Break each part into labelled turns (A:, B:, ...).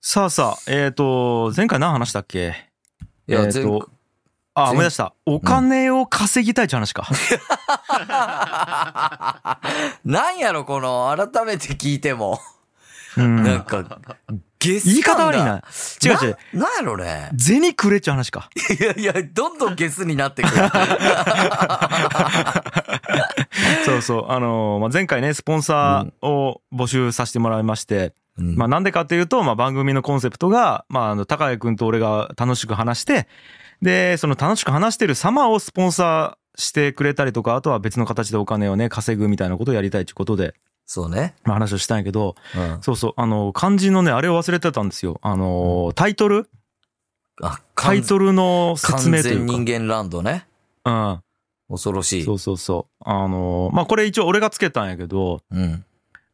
A: さあさあ、えっ、と、前回何話したっけ
B: いや
A: えー
B: 前
A: と、あ、
B: 前
A: 思い出した。お金を稼ぎたいって話か。
B: なんやろ、この、改めて聞いても。
A: うん
B: なんか、ゲス
A: 言い方悪いな。違う違う。
B: な。なんやろね。
A: 銭くれっちゃう話 か。
B: いやいや、どんどんゲスになって くる。
A: そうそう。あのーまあ、前回ね、スポンサーを募集させてもらいまして、
B: うん
A: まあ、なんでかっていうと、まあ、番組のコンセプトが、まあ、あの、高谷くんと俺が楽しく話して、で、その楽しく話してる様をスポンサーしてくれたりとか、あとは別の形でお金をね、稼ぐみたいなことをやりたいということで、
B: そうね。
A: まあ、話をしたんやけど、
B: うん。
A: そうそう、あの、漢字のね、あれを忘れてたんですよ。あのー、タイトル
B: あ、
A: タイトルの説明とい
B: 完全
A: う
B: 人間ランドね。
A: か。
B: 恐ろ
A: う
B: し
A: ん。
B: い。
A: そううそうそう。あのー、まあ、これ一応俺がつけたんやけど、
B: ん。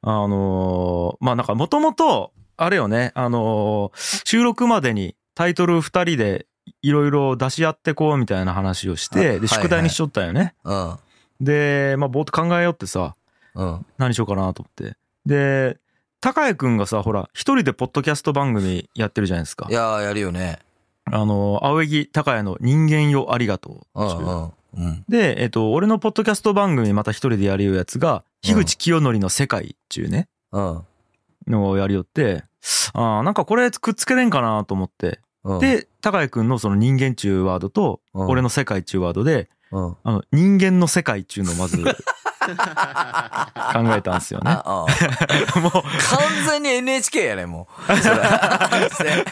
A: あのーまあなんかもともと、あれよね、あのー収録までにタイトル二人でいろいろ出し合ってこうみたいな話をし
B: はいは
A: て、
B: い
A: で、宿題にしちゃったんよね。
B: うん。
A: で、まあぼーっと考えようってさ、
B: うん。
A: 何しようかなと思って。で、高谷くんがさ、ほら、一人でポッドキャスト番組やってるじゃないですか
B: い。やー、やるよね。
A: あのー、青柳高谷の人間よありがとうって
B: う
A: い
B: ん
A: う。
B: うん。うん。
A: で、えっと、俺のポッドキャスト番組また一人でやるようやつが、樋口清則の世界っていうね。
B: うん。
A: のをやりよって、ああ、なんかこれくっつけれんかなと思って。
B: うん、
A: で、高谷くんのその人間中ワードと、
B: うん
A: 俺の世界中ワードで、
B: うん。
A: あの、人間の世界中のを まず考えたんですよね。
B: あ、うん。
A: もう、
B: 完全に NHK やね、もう。それ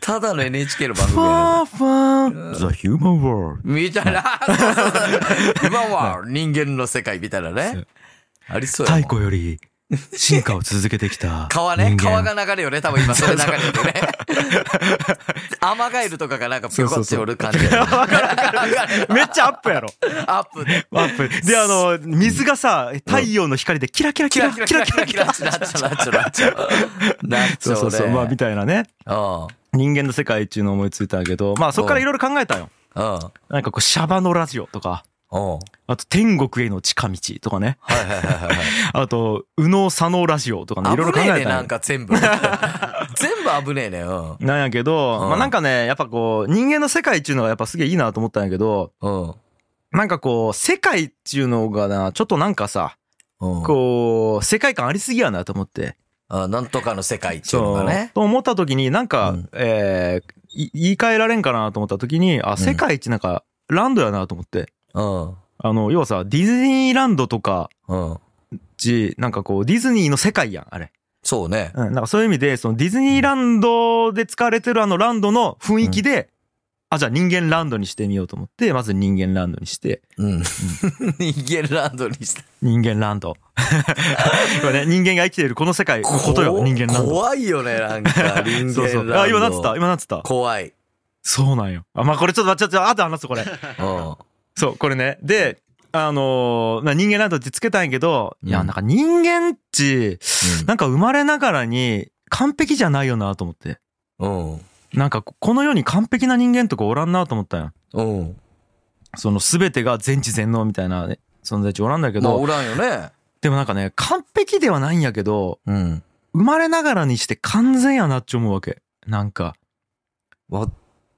B: ただの NHK の番
A: フ
B: 組や
A: ァーファー、The Human World。
B: ね。みたい な。今は人間の世界みたいな
A: そ
B: ね
A: う。
B: ありそうやもん
A: 太古より進化を続けてきた人間。
B: 川ね。川が流れよね。多分今それ流れてね。アマガエルとかがなんかピョコっておる感じやね。
A: わかるわかる。 めっちゃアップやろ。
B: アップで。
A: アップ。で、あの、水がさ、太陽の光でキラキラキ
B: キ
A: ラ、
B: ラ
A: キ
B: キ
A: ラ
B: ラ
A: キ
B: キ
A: ラ
B: ラ
A: キ
B: キ
A: ラ
B: ラ
A: キ
B: キ
A: ラ
B: ラ。。なっちゃうなっちゃうなっちゃう。なっち
A: そう
B: ゃ
A: そううそう。まあ、
B: ね
A: み。たいなね。
B: う
A: 人間の世界っていうのを思いついたけど、まあそこからいろいろ考えたよ。
B: ん。うん。
A: なんかこう、シャバのラジオとか、
B: うん。
A: あと天国への近道とかね、
B: はいはいはいはい。
A: あと、右脳左脳ラジオとかね、いろいろ考
B: 危ねえ
A: え
B: ね、
A: た
B: なんん
A: よ。
B: か 全部。全部危ねえね、うん。
A: なんやけど、
B: うん
A: まあなんかね、やっぱこう、人間の世界っていうのがやっぱすげえいいなと思ったんやけど、
B: うん。
A: なんかこう、世界っていうのがな、ちょっとなんかさ、
B: うん。
A: こう、世界観ありすぎやなと思って。
B: あなんとかの世界っていうのがね。
A: と思った時に、なんか、
B: うん
A: えーい言い換えられんかなと思った時に、あ、世界一なんか、ランドやなと思って。
B: うん。
A: あの、要はさ、ディズニーランドとか、
B: うん。
A: ち、なんかこう、ディズニーの世界やん、あれ。
B: そうね。
A: うん、なんかそういう意味で、そのディズニーランドで使われてるあのランドの雰囲気で、あ、じゃあ人間ランドにしてみようと思って、まず人間ランドにして、
B: うん。人間ランドにした。
A: 人間ランド。 今ね、人間が生きているこの世界のことよ、
B: こ
A: 人間ランド。
B: 怖いよね、なんか。人間ランド。
A: そうそう。あ、今なんつった今なんつった
B: 怖い。
A: そうなんよ。あ、まあこれちょっと、ちょっと、あと話すこれ。
B: うん。
A: そう、これね。で、あのーな人間ランドってつけたんやけど、いや、
B: うん
A: なんか人間っち、なんか生まれながらに完璧じゃないよなと思って。
B: うん。
A: なんかここの世に完璧な人間とかおらんなと思ったんや。
B: うん。
A: その全てが全知全能みたいなね存在値おらんだけ
B: まあ、
A: ど、
B: おらんよね。
A: でもなんかね、完璧ではないんやけど、
B: うん。
A: 生まれながらにして完全やなって思うわけ。なんか。
B: わ、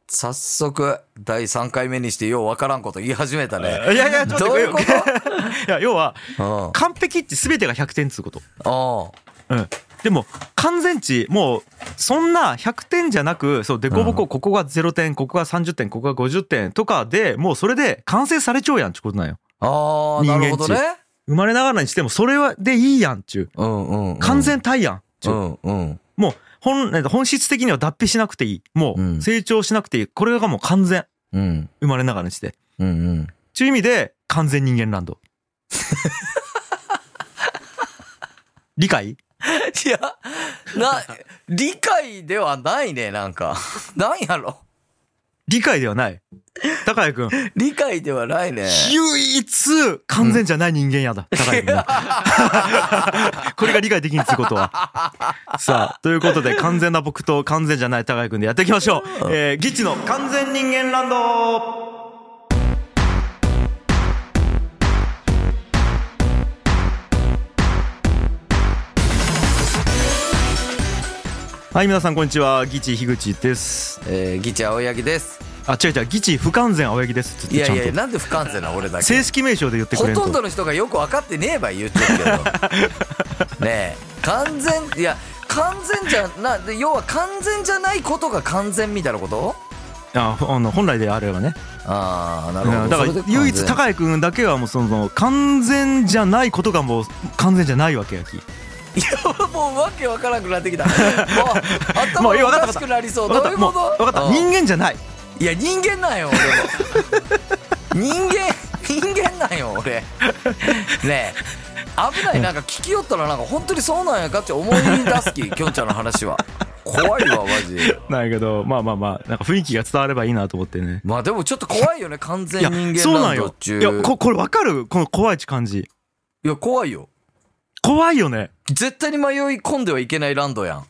B: 早速、第3回目にしてようわからんこと言い始めた
A: い
B: ね。
A: やいや、ちょっと
B: どういうこと
A: いや、要は、
B: うん。うん。
A: 完璧って全てが100点っつうこと。
B: あ
A: でも、完全値、もう、そんな100点じゃなく、そう、デコボ
B: う
A: コ、ここが0点、ここが30点、ここが50点とかで、もうそれで完成されちゃうやんってことなんよ。
B: あ、なるほどね。
A: 生まれながらにしても、それはでいいやんっちゅう。
B: うんうんうん。
A: 完全体やんっちゅ
B: う
A: う。
B: んうん。
A: もう本、なんか本質的には脱皮しなくていい。も
B: う
A: うん成長しなくていい。これがもう完全。
B: うん。
A: 生まれながらにして。
B: うんうん。
A: ちゅう意味で、完全人間ラン ド。理解
B: いや、な、理解ではないね、なんか。なんやろ。
A: 理解ではない。高谷くん。
B: 理解ではないね。
A: 唯一、完全じゃない人間やだ。高谷くんは。 これが理解できんってことは。さあ、ということで、完全な僕と完全じゃない高谷くんでやっていきましょう。えー、ギッチの完全人間ランドはい、皆さんこんにちは。ギチ樋口です。
B: えー、ギチ青柳です
A: あ、違う違う。ギチ不完全青柳です。
B: い
A: ちょっ
B: や
A: と
B: い
A: ちゃ
B: や
A: んと。
B: なんで不完全な俺だけ
A: 正式名称で言ってく
B: ほ
A: れんと。
B: とんどの人がよく分かってねえば言っちゃうけ どねえ完全いや完全じゃなで要は完全じゃないことが完全みたいなこと
A: ああの本来であればね、
B: ああな
A: う
B: るほど、
A: ん、だから唯一
B: い
A: 高井君だけはもうその完全じゃないことがもう完全じゃないわけやき
B: いや俺もうわけわからなくなってきたもう 頭
A: もういい
B: お
A: わかった
B: かしくなりそう
A: わ
B: ど
A: か
B: う
A: っ
B: い
A: たも
B: うこ
A: う
B: と
A: 分かった
B: うん
A: 人間じゃない
B: いや人間なんよ俺も人間人間なんよ俺ねえ危ないなんか聞きよったらなんか本当にそうなんやかって思い出 すききょんちゃんの話は怖いわマジで
A: なんやけどまあまあまあなんか雰囲気が伝わればいいなと思ってね
B: まあでもちょっと怖いよね完全
A: いや
B: 人
A: そう
B: 間
A: な
B: なんんだっ
A: よ
B: ち
A: い
B: ゅう
A: やここれ分かるこの怖いち感じ
B: いや怖いよ
A: 怖いよね
B: 絶対に迷い込んではいけないランドやん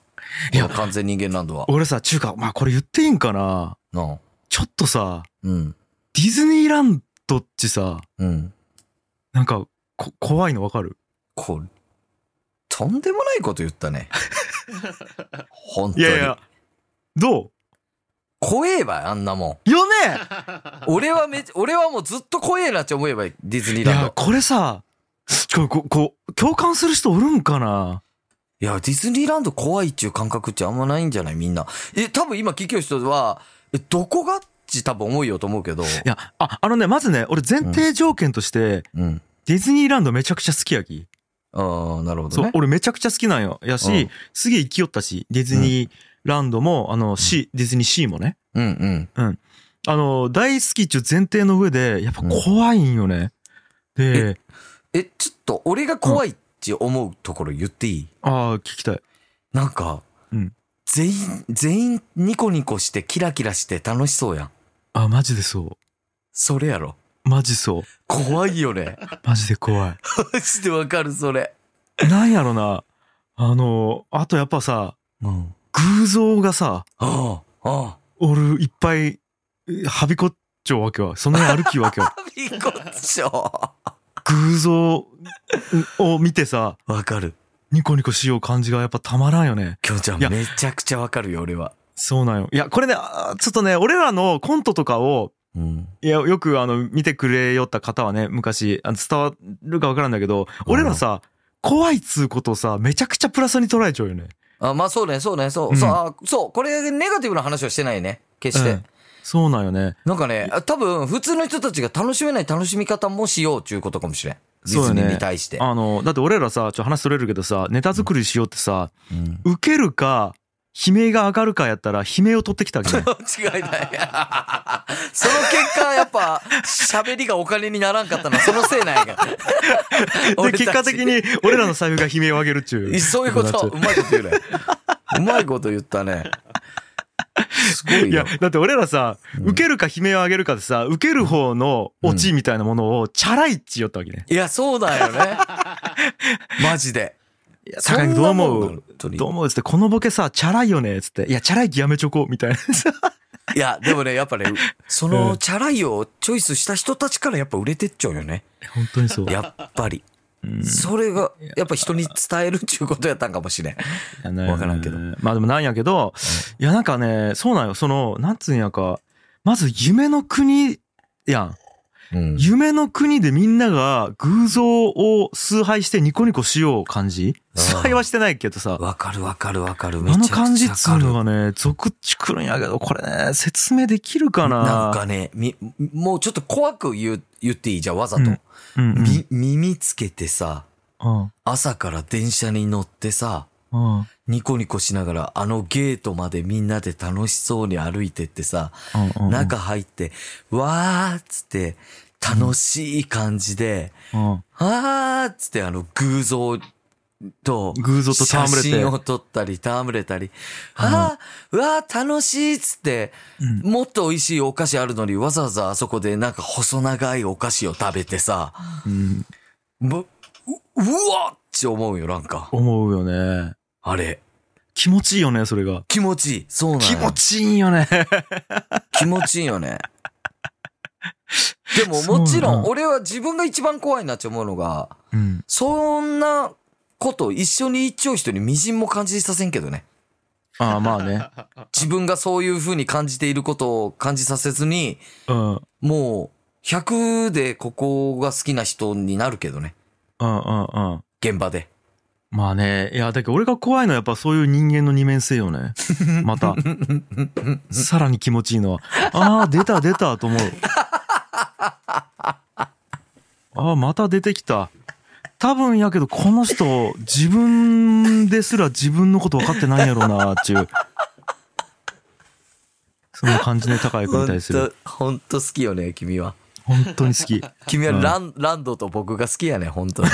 A: いや
B: この完全人間ランドは
A: 俺さ中華まあこれ言っていいんかな
B: なあ
A: ちょっとさ
B: うん
A: ディズニーランドっちさ
B: うん
A: なんかこ怖いの分かる
B: これとんでもないこと言った ね本当
A: い
B: に
A: やいやど
B: 怖えばあんなもん
A: うよね
B: 俺はめち俺はもうずっと怖えなって思えばいいディズニー
A: い
B: ランド
A: やこれさこここう共感する人おるんかない
B: やディズニーランド怖いっていう感覚ってあんまないんじゃないみんなえ多分今聞きよる人はえどこがって多分思うよと思うけど
A: いや、あ、あのね、まずね、俺前提条件として、
B: うん
A: ディズニーランドめちゃくちゃ好きやき。
B: ああなるほど
A: そう
B: ね、
A: 俺めちゃくちゃ好きなんよ。やし、
B: うん
A: すげえ生きよったし、ディズニーランドも、あの、シー、ディズニーシーもね。
B: うんうん
A: あの、大好きっちゅう前提の上で、やっぱ怖いんよね。で、
B: えちょっと俺が怖いって思うところ言っていい、
A: ああ、聞きたい。
B: なんか、
A: うん
B: 全員全員ニコニコしてキラキラして楽しそうやん
A: あ、マジでそ
B: それやろ
A: う。マジそう。
B: 怖い よね
A: マジで怖
B: マジでわかるそれ
A: い。なんやろな。あの、あとやっぱさ、
B: うん
A: 偶像がさ、
B: ああああ
A: 俺いっぱい、えはびこっちょうわけは。その辺歩きようわけは。
B: みこっ ちょ
A: 偶像を見てさ、
B: わかる
A: ニコニコしよう感じがやっぱたまらんよね。
B: きょんちゃん
A: いや
B: めちゃくちゃわかるよ俺は
A: そうなんよ。いや、これね、あーちょっとね、俺らのコントとかを、
B: うん
A: いや、よくあの、見てくれよった方はね、昔、あの伝わるかわからんだけど、俺らさ、怖いっつうことをさ、めちゃくちゃプラスに捉えちゃうよね。
B: あまあそうねそうねそう、
A: うん
B: そうあそうこれネガティブな話はしてないね決して、
A: うんそうなんよね。
B: なんかねあ多分普通の人たちが楽しめない楽しみ方もしようっていうことかもしれんデ
A: そう
B: ィズ
A: よ
B: ニ
A: ね
B: ーに対して、
A: あの、だって俺らさ、ちょっと話それるけどさ、ネタ作りしようってさ、
B: うん
A: 受けるか、悲鳴が上がるかやったら、悲鳴を取ってきたわけね
B: 違いない。 その結果、やっぱ、喋りがお金にならんかったのはそのせいな んやから。
A: で、結果的に、俺らの財布が悲鳴を上げるっちゅう。
B: そういうこと、うまいこと言うね。うまいこと言ったね。すごい
A: いや
B: よ。、
A: だって俺らさ、受けるか悲鳴を上げるかでさ、受ける方のオチみたいなものをチャラいっちよったわけね。
B: いや、そうだ よね。マジで。そん
A: 高
B: な
A: 井
B: も
A: 君
B: ん
A: どう思う
B: 本当に
A: どう思うっつって、このボケさ、チャラいよねっつって、いや、チャラい気やめちょこうみた いな。
B: いや、でもね、やっぱね、そのチャラいをチョイスした人たちからやっぱ売れてっちゃうよね。
A: 本当にそう。
B: やっぱり。
A: うん
B: それが、やっぱ人に伝えるっていうことやったんかもしれん。
A: やね
B: わからんけど
A: まあでもなんやけど、いやなんかね、そうなんよ。その、なんつうんやか、まず夢の国やん。
B: うん
A: 夢の国でみんなが偶像を崇拝してニコニコしよう感じ
B: うん
A: 崇拝はしてないけどさ。
B: わかるわかるわかる。め
A: あ
B: ちゃ
A: の
B: くちゃわかる
A: 感じっつうのがね、続地くるんやけど、これね、説明できるかな
B: なんかね、み、もうちょっと怖く言う、言っていいじゃん、わざと。
A: うんうん
B: み、耳つけてさ、
A: うん
B: 朝から電車に乗ってさ、
A: うんうん
B: ニコニコしながらあのゲートまでみんなで楽しそうに歩いてってさ、
A: うん
B: 中入って、わーっつって、楽しい感じで、
A: うん
B: あーっつってあの偶像と、
A: 偶像と戯れて
B: 写真を撮ったり、戯れたり、あー、うわー楽しいっつって、
A: うん
B: もっと美味しいお菓子あるのに、わざわざあそこでなんか細長いお菓子を食べてさ、
A: うん
B: もう、ううわっって思うよ、なんか。
A: 思うよね。
B: あれ。
A: 気持ちいいよね、それが。
B: 気持ちいい。そうなの。
A: 気持ちいいよね。
B: 気持ちいいよね。でも
A: そうなの
B: もちろん、俺は自分が一番怖いなって思うのが、
A: うん
B: そんなこと一緒に一応人に微塵も感じさせんけどね。
A: ああ、まあね。
B: 自分がそういう風に感じていることを感じさせずに、
A: うん。うん
B: もう100でここが好きな人になるけどね。
A: うんうん。
B: 現場で。
A: まあね。いや、だけど俺が怖いのはやっぱそういう人間の二面性よ ね。また。さらに気持ちいいのは。ああ、出た出たと思う。ああ、また出てきた。多分やけど、この人、自分ですら自分のこと分かってないんやろうな、っていう。その感じで高井君に対する。
B: ほんと好きよね、君は。
A: 本当に好き。
B: 君は
A: うん
B: ラン,、ランドと僕が好きやね、本当に。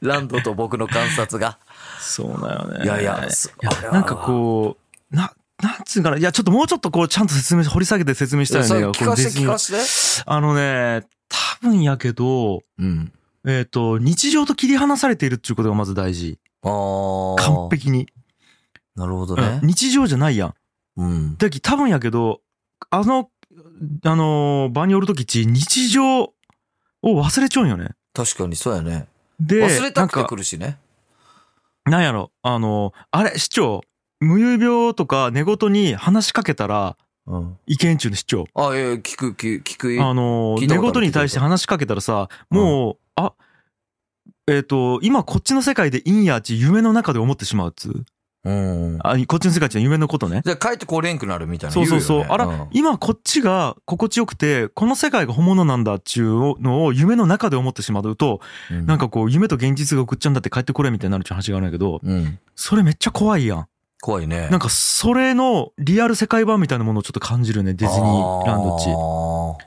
B: ランドと僕の観察が。
A: そうだよね。
B: いやいやそ
A: いや
B: あれは
A: なんかこう、な、なんつうんかな。いや、ちょっともうちょっとこう、ちゃんと説明し、掘り下げて説明したいん
B: そ
A: だ
B: う
A: けど、
B: 聞かせ
A: こ
B: て聞
A: の
B: か
A: ディズ
B: せて。
A: ニーあのね、多分やけど、
B: うん。
A: えっ、と、日常と切り離されているっていうことがまず大事。
B: あー
A: 完。璧に。
B: なるほど
A: うん
B: ね。
A: 日常じゃないやん。
B: うん。
A: だけど多分やけど、あの、あのー、場におるときち、日常を忘れちゃうんよね。
B: 確かにそうやね。
A: で、
B: 忘れたく
A: な
B: て
A: んか
B: くるしね。
A: なんやろ、あの、あれ、市長、無遊病とか寝言に話しかけたら、
B: うん。
A: 意見中の市長。
B: あ、いやいや聞く、聞く、聞く。
A: あの、
B: 聞
A: 寝
B: いたことある
A: 言に対して話しかけたらさ、もう、あ、えっと、今こっちの世界でいいんやち夢の中で思ってしまうっつう。
B: うん。
A: あ、こっちの世界じゃ夢のことね。
B: じゃあ帰ってこれんくなるみたいな
A: そ
B: 言
A: う
B: よ
A: そ
B: ね。
A: うそう。あら、
B: ん
A: 今こっちが心地よくて、この世界が本物なんだっちゅうのを夢の中で思ってしまうと、
B: うん
A: なんかこう、夢と現実が送っちゃうんだって帰ってこれみたいになるっちゅう話があるんやけど、
B: うん。
A: それめっちゃ怖いやん。
B: 怖いね。
A: なんかそれのリアル世界版みたいなものをちょっと感じるね、ディズニーランドっち。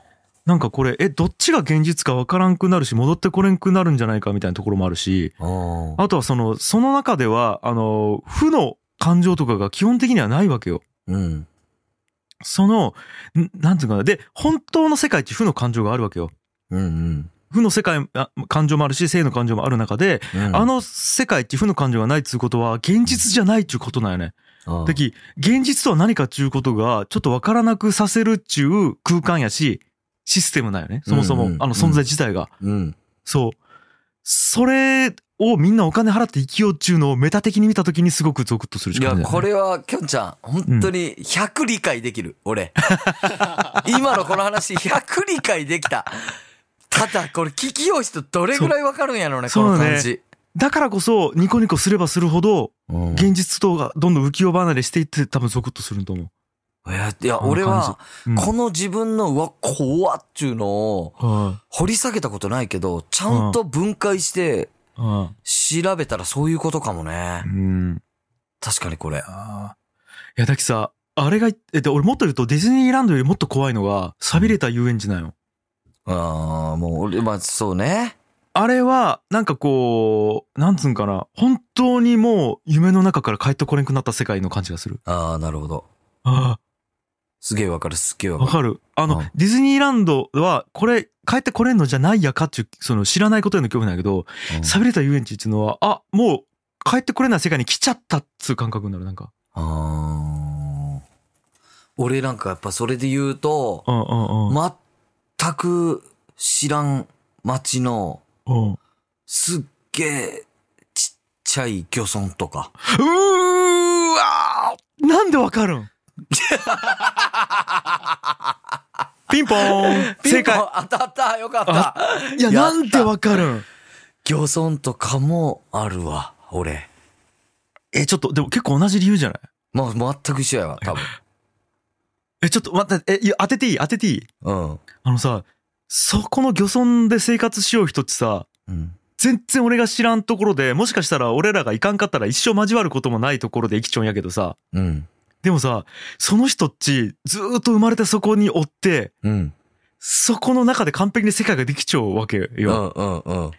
B: ち。
A: なんかこれ、え、どっちが現実かわからんくなるし、戻ってこれんくなるんじゃないかみたいなところもあるし、
B: うん
A: あとはその、その中では、あの、負の感情とかが基本的にはないわけよ。
B: うん。
A: その、んなんていうかな、で、本当の世界って負の感情があるわけよ。
B: うんうん。
A: 負の世界、あ感情もあるし、性の感情もある中で、
B: うん
A: あ、の世界って負の感情がないっつうことは、現実じゃないっちゅうことなんよね。
B: うん
A: だき、現実とは何かっちゅうことが、ちょっとわからなくさせるっちゅう空間やし、システムなんよね。そもそも
B: うんう、ん
A: あの存在自体が。
B: うん。
A: そう。それをみんなお金払って生きようっちゅうのをメタ的に見たときにすごくゾクッとする
B: い
A: 時間
B: や
A: だ、よね
B: これは、きょんちゃん、本当に100理解できる、俺。 今のこの話、100理解できた。ただ、これ聞きよう人どれぐらいわかるんやろうね、こ
A: そうそ
B: の
A: うだね
B: 感じ。
A: だからこそ、ニコニコすればするほど、
B: うん
A: 現実とがどんどん浮世離れしていって多分ゾクッとすると思
B: いや、いや
A: この
B: 俺は、
A: う。うん
B: この自分の、うわ、怖っちゅうのを、
A: は
B: 掘り下げたことないけど、ちゃんと分解して、
A: いは
B: 調べたらそういうことかもね
A: い。うん。
B: 確かにこれ。
A: ああ。いや、だきさ、あれが、え、で、俺もっと言うと、ディズニーランドよりもっと怖いのが、寂れた遊園地なんよ。
B: ああ、もう俺、まあそうね。
A: あれは、なんかこう、なんつうんかな、本当にもう夢の中から帰ってこれんくなった世界の感じがする。
B: ああ、なるほど。
A: あ
B: すげえわかる、すっげえ
A: あ、
B: わ
A: わ
B: かる。
A: かる。あの、
B: うん
A: ディズニーランドは、これ、帰ってこれんのじゃないやかっていう、その知らないことへの恐怖なんやけど、
B: うん
A: 寂れた遊園地っていうのは、あ、もう、帰ってこれない世界に来ちゃったっつう感覚になる、なんか。
B: あー俺なんかやっぱそれで言うと、
A: うんうんうん。
B: 全く知らん街の、
A: うん。う
B: すっげえちっちゃい漁村とか。
A: ーわーなんでわか るんピンポーン正
B: ピン
A: 解
B: ポン当たったよかった
A: いや、なんでわかるん
B: 漁村とかもあるわ、俺。
A: え、ちょっと、でも結構同じ理由じゃない
B: まあ全く一緒やわ、多分。
A: え、ちょっと待って、え、いや当てていい当てていい
B: うん。
A: あのさ、そこの漁村で生活しよう人ってさ、
B: うん。
A: 全然俺が知らんところで、もしかしたら俺らが行かんかったら一生交わることもないところで生きちょんやけどさ、
B: うん。
A: でもさ、その人っち、ずーっと生まれてそこにおって、
B: うん。
A: そこの中で完璧に世界ができちゃうわけ
B: う
A: よ。
B: んうんうん。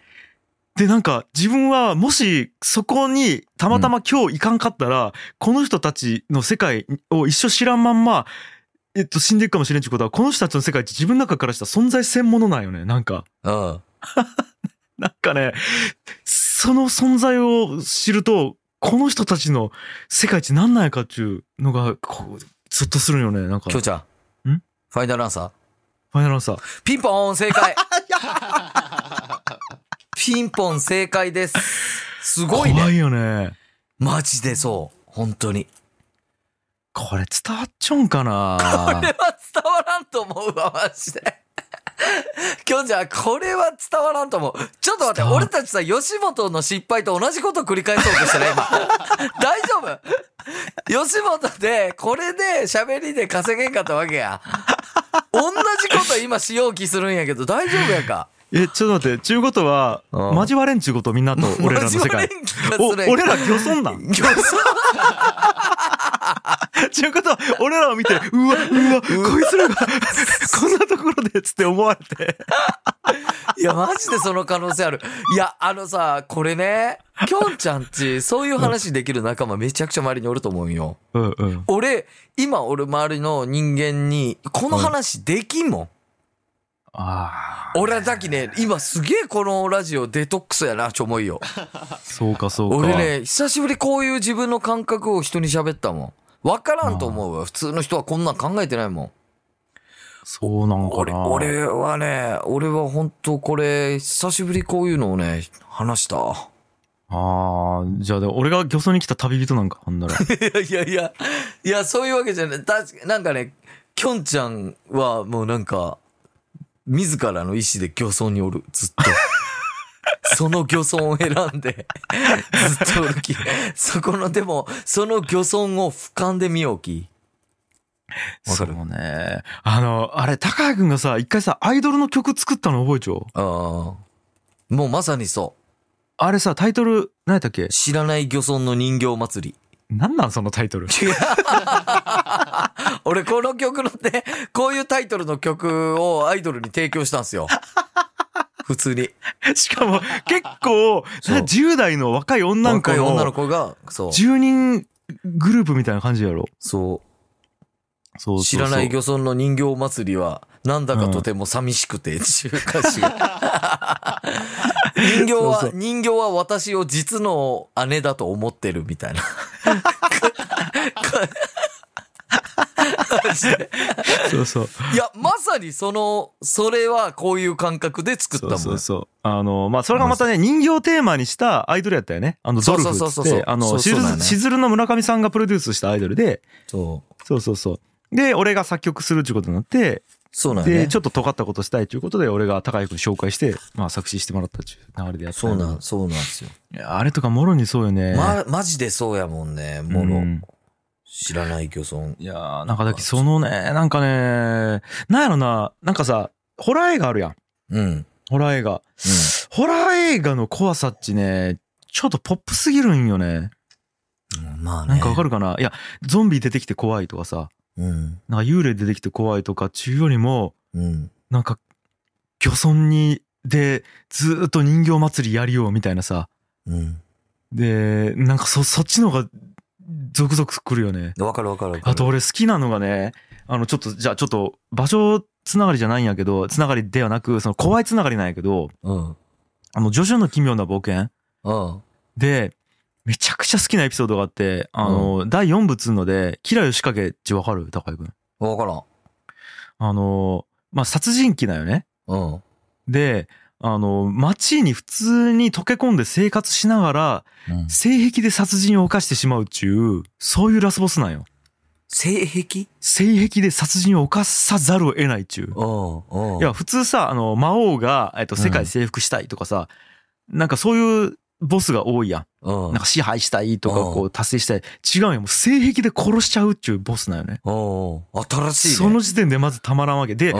A: で、なんか、自分はもしそこにたまたま今日行かんかったら、この人たちの世界を一生知らんまんま、えっと、死んでいくかもしれんってことは、この人たちの世界って自分の中からしたら存在せんものなんよね。なんか、
B: うん。
A: なんかね、その存在を知ると、この人たちの世界一なんなんやかっていうのが、こう、ずっとするよね。なんか、
B: きょ
A: フ
B: うちゃん。
A: ん
B: ファイナルアンサ
A: ァイナルアンサー。
B: ーピンポン正 解ピンポン正解です。すごい
A: 怖
B: ね。
A: いよね。
B: マジでそう。本当に。
A: これ伝わっちゃうんかな
B: これは伝わらんと思うわ、マジで。きょんちゃん、これは伝わらんと思う。ちょっと待
A: 伝
B: って、
A: わら
B: 俺
A: ん
B: たちさ、吉本の失敗と同じこと繰り返そうとしてない、 今。大丈夫吉本で、これで喋りで稼げんかったわけ や。同じこと今しよう気するんやけど、大丈夫やか。
A: え、ちょっと待って、中古とは、
B: うん
A: 交われん中古とみん なと俺らの世界。お、
B: 交われん気がする
A: 俺ら漁村 なん
B: ぎょそ
A: 中古とは俺らを見て、うわ、うわ、こいつらが、こんなところで、つって思われて。
B: いや、マジでその可能性ある。いや、あのさ、これね、きょんちゃんち、そういう話できる仲間めちゃくちゃ周りにおると思うんよ。
A: うんうん。
B: 俺、今俺周りの人間に、この話できんもん。
A: あ
B: 俺はさっきね、今すげえこのラジオデトックスやな、ちょもいよ。
A: あ、そうかそうか。
B: 俺ね、久しぶりこういう自分の感覚を人に喋ったもん。わからんと思うわ。普通の人はこんなん考えてないもん。
A: そうなんか
B: 俺、
A: な。
B: 俺はね、俺は本当これ、久しぶりこういうのをね、話した。
A: ああ、じゃあでも俺が漁村に来た旅人なんか、ほんな ら。
B: いやいやいや、いや、そういうわけじゃない。確かなんかね、きょんちゃんはもうなんか、自らの意思で漁村におる、ずっと。 その漁村を選んで、 ずっとおるき。そこの、でも、その漁村を俯瞰で見ようき。わかる
A: そうね。あの、あれ、高橋くんがさ、一回さ、アイドルの曲作ったの覚えちゃう
B: ああ。もうまさにそ
A: あれさ、タイトル、何やったっけ
B: う。知らない漁村の人形祭り。
A: なんなんそのタイ トル。
B: 俺この曲のね、こういうタイトルの曲をアイドルに提供したんすよ。普通に。
A: しかも、結構、
B: そう
A: 10代の若い女の子
B: 若い女の
A: の、
B: 子が、そう。
A: 10人グループみたいな感じやろ。
B: そ。
A: そううそうそう
B: 知らない漁村の人形祭りは、なんだかとても寂しくて、っていう歌詞が 人形は
A: そうそ
B: 人形は私を実の姉だと思ってるみ たいな。マジで
A: そうそう。
B: いや、まさにその、それはこういう感覚で作った
A: そ
B: もん。
A: うそうそう。あの、まあ、それがまたね、人形をテーマにしたアイドルやったよね。あの、
B: そ
A: ド
B: う
A: ル
B: そ
A: フっ
B: うそう
A: つ
B: そ
A: っ
B: うそう
A: て、あの、し
B: そう
A: ず
B: そうだね
A: しずるの村上さんがプロデュースしたアイドルで、
B: そう。
A: そうそうそう。で、俺が作曲するっていうことになって、
B: そうなんや
A: で、
B: ね
A: ち。ょっと尖ったことしたいということで、俺が高井くん紹介して、まあ作詞してもらったっていう流れでやった
B: そうなん、そうなんですよ。
A: いやあれとかもろにそうよね。
B: ま、マジでそうやもんね、も
A: う
B: の
A: ん。
B: 知らない漁村。
A: いやーなんかだけどそのね、なんかね、なんやろな、なんかさ、ホラー映画あるやん。
B: うん。うん。
A: ホラー映画。ホラー映画の怖さっちね、ちょっとポップすぎるんよね。
B: うんまあね。
A: なんかわかるかな、いや、ゾンビ出てきて怖いとかさ、
B: うん。
A: なんか幽霊出てきて怖いとかっちゅうよりも、
B: うん。
A: なんか、漁村に、で、ずーっと人形祭りやりようみたいなさ。
B: うん。
A: で、なんかそ、そっちの方が、続々来るよね。
B: わかるわかるわかる。
A: あと、俺好きなのがね、あの、ちょっと、じゃあちょっと、場所つながりじゃないんやけど、つながりではなく、その怖いつながりなんやけど、
B: うん。
A: あの、ジョジョの奇妙な冒険
B: うん。
A: で、めちゃくちゃ好きなエピソードがあって、あの、第4部つんので、キラヨシカゲってわかる高井くん。
B: わから
A: あの、まあ、殺人鬼だよね。
B: ん。うん。
A: で、あの、街に普通に溶け込んで生活しながら、
B: うん、
A: 性癖で殺人を犯してしまうっちゅう、そういうラスボスなんよ。
B: 性癖
A: 性癖で殺人を犯さざるを得ないっちゅう。
B: うん。うん。
A: いや、普通さ、あの、魔王が、えっと、世界征服したいとかさ、なんかそういうボスが多いやん。
B: うん。う
A: なんんか支配したいとか、
B: うん
A: こう、達成したい。違うんよ。もう性癖で殺しちゃうっちゅうボスなんよね。
B: うん。新しいね。
A: その時点でまずたまらんわけで、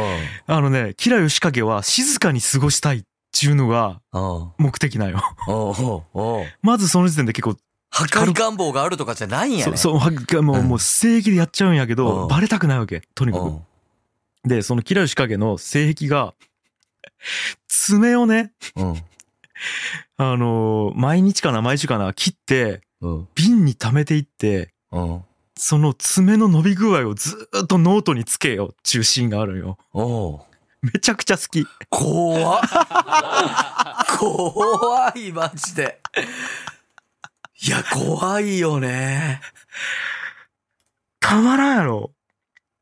A: あのね、キラヨシカゲは静かに過ごしたいっちゅうのが
B: うん。うん。
A: 目的なんよ。
B: うん。うん。
A: まずその時点で結構
B: 破壊願望があるとかじゃないんやね。
A: そう、そう、もう、
B: うん
A: もう正義でやっちゃうんやけ
B: う
A: ど、
B: ん
A: バレたくないわけ、とに
B: う
A: か
B: ん。
A: く。で、そのキラヨシカゲの性癖が、爪をね、
B: うん。
A: あのー毎日かな、毎週かな、切って、
B: うん。
A: 瓶に溜めていって、
B: うん。
A: その爪の伸び具合をずーっとノートにつけよ、中心があるんよ。
B: うん。
A: めちゃくちゃ好き。
B: 怖っ怖い、マジで。いや、怖いよね。
A: たまらんやろ。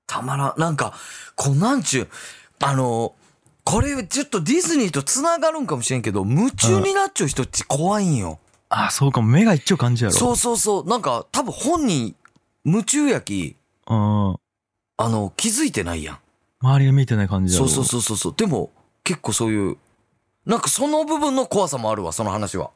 B: たまらん。なんか、こう、なんちゅう、あの、これ、ちょっとディズニーと繋がるんかもしれんけど、夢中になっちゃう人って怖いんよ。
A: あ、そうかも、目が一丁感じやろ。
B: そうそうそう。なんか、多分本人、夢中やき、
A: うん。
B: あの、気づいてないやん。
A: 周りが見えてない感じだ
B: そうそうそうそうそう。でも、結構そういう、なんかその部分の怖さもあるわ、その話は。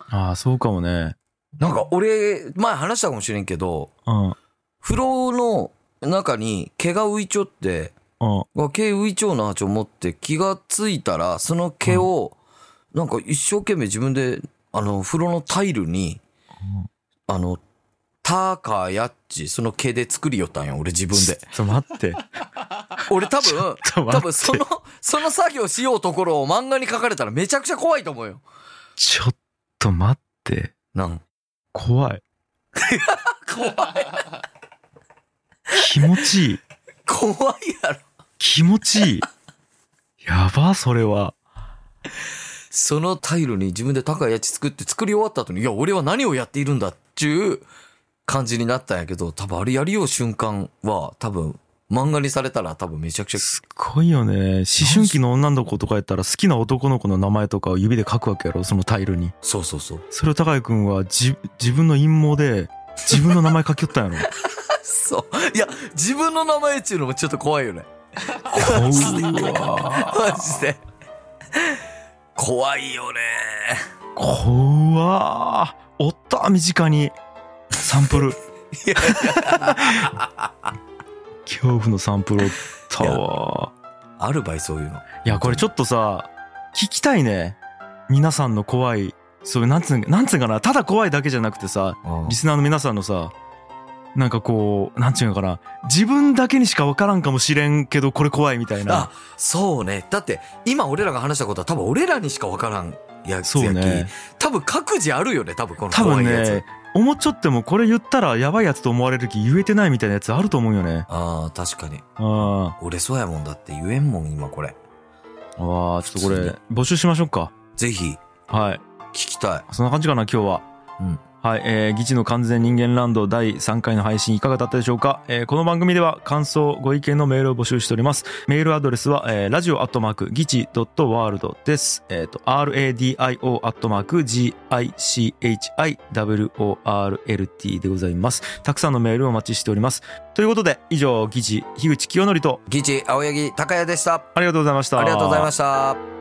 A: う。ああ、そうかもね。
B: なんか俺、前話したかもしれんけど、
A: うん。
B: 風呂の中に毛が浮いちょって、
A: うん。
B: あ毛浮いちょうなと思って気がついたら、その毛を、なんか一生懸命自分で、あの、風呂のタイルに、あの、タカヤッチ、その毛で作りよったんよ、俺自分 で。
A: ちょっと待って。
B: 俺多分、
A: ちょ っと待って
B: 多分その、その作業しようところを漫画に書かれたらめちゃくちゃ怖いと思うよ。
A: ちょっと待って。
B: なん
A: 怖い。
B: 怖い。
A: 気持ちいい。
B: 怖いやろ。
A: 気持ちいい。やば、それは。
B: そのタイルに自分で高いやつ作って作り終わった後に、いや、俺は何をやっているんだっちゅう感じになったんやけど、多分あれやりよう瞬間は、多分漫画にされたら多分めちゃくちゃ、
A: すごいよね。思春期の女の子とかやったら好きな男の子の名前とかを指で書くわけやろ、そのタイルに。
B: そうそう そう。
A: それを高井くんはじ、自分の陰謀で自分の名前書きよったんや ろ。
B: そう。いや、自分の名前っちゅうのもちょっと怖いよね。
A: 怖うわ。
B: マジで。怖いよね。
A: 怖ーおった、身近に。サンプル。恐怖のサンプルおったわ。
B: あるばい、そういうの。
A: いや、これちょっとさ、聞きたいね。皆さんの怖い、そういう、なんつうん、なんつうんかな、ただ怖いだけじゃなくてさ、
B: うん
A: リスナーの皆さんのさ、なんかこう、なんちゅうのかな、自分だけにしかわからんかもしれんけど、これ怖いみたいな
B: あ。、そうね。だって、今俺らが話したことは多分俺らにしかわからんやつ
A: そう
B: やき、
A: ね。
B: 多分各自あるよね、多分この
A: 多
B: 怖
A: 分
B: いやつ。
A: ね、思っちょってもこれ言ったらやばいやつと思われる気言えてないみたいなやつあると思うよね。
B: ああ、確かに。
A: あ
B: 俺そうやもんだって言えんもん、今これ。
A: あ、わあちょっとこ
B: 普
A: れ
B: 通、
A: 募集しましょうか。
B: ぜひ、
A: はい。
B: 聞きたい。
A: そんな感じかな、今日は。
B: うん
A: はい、えー、議事の完全人間ランド第3回の配信いかがだったでしょうか、えーこの番組では感想、ご意見のメールを募集しております。メールアドレスは、えー、radio.gichi.world です。えっ、と、radio.gichiworld でございます。たくさんのメールをお待ちしております。ということで、以上、議事、樋口清則と、
B: ギチ、青柳、高谷でした。
A: ありがとうございました。
B: ありがとうございました。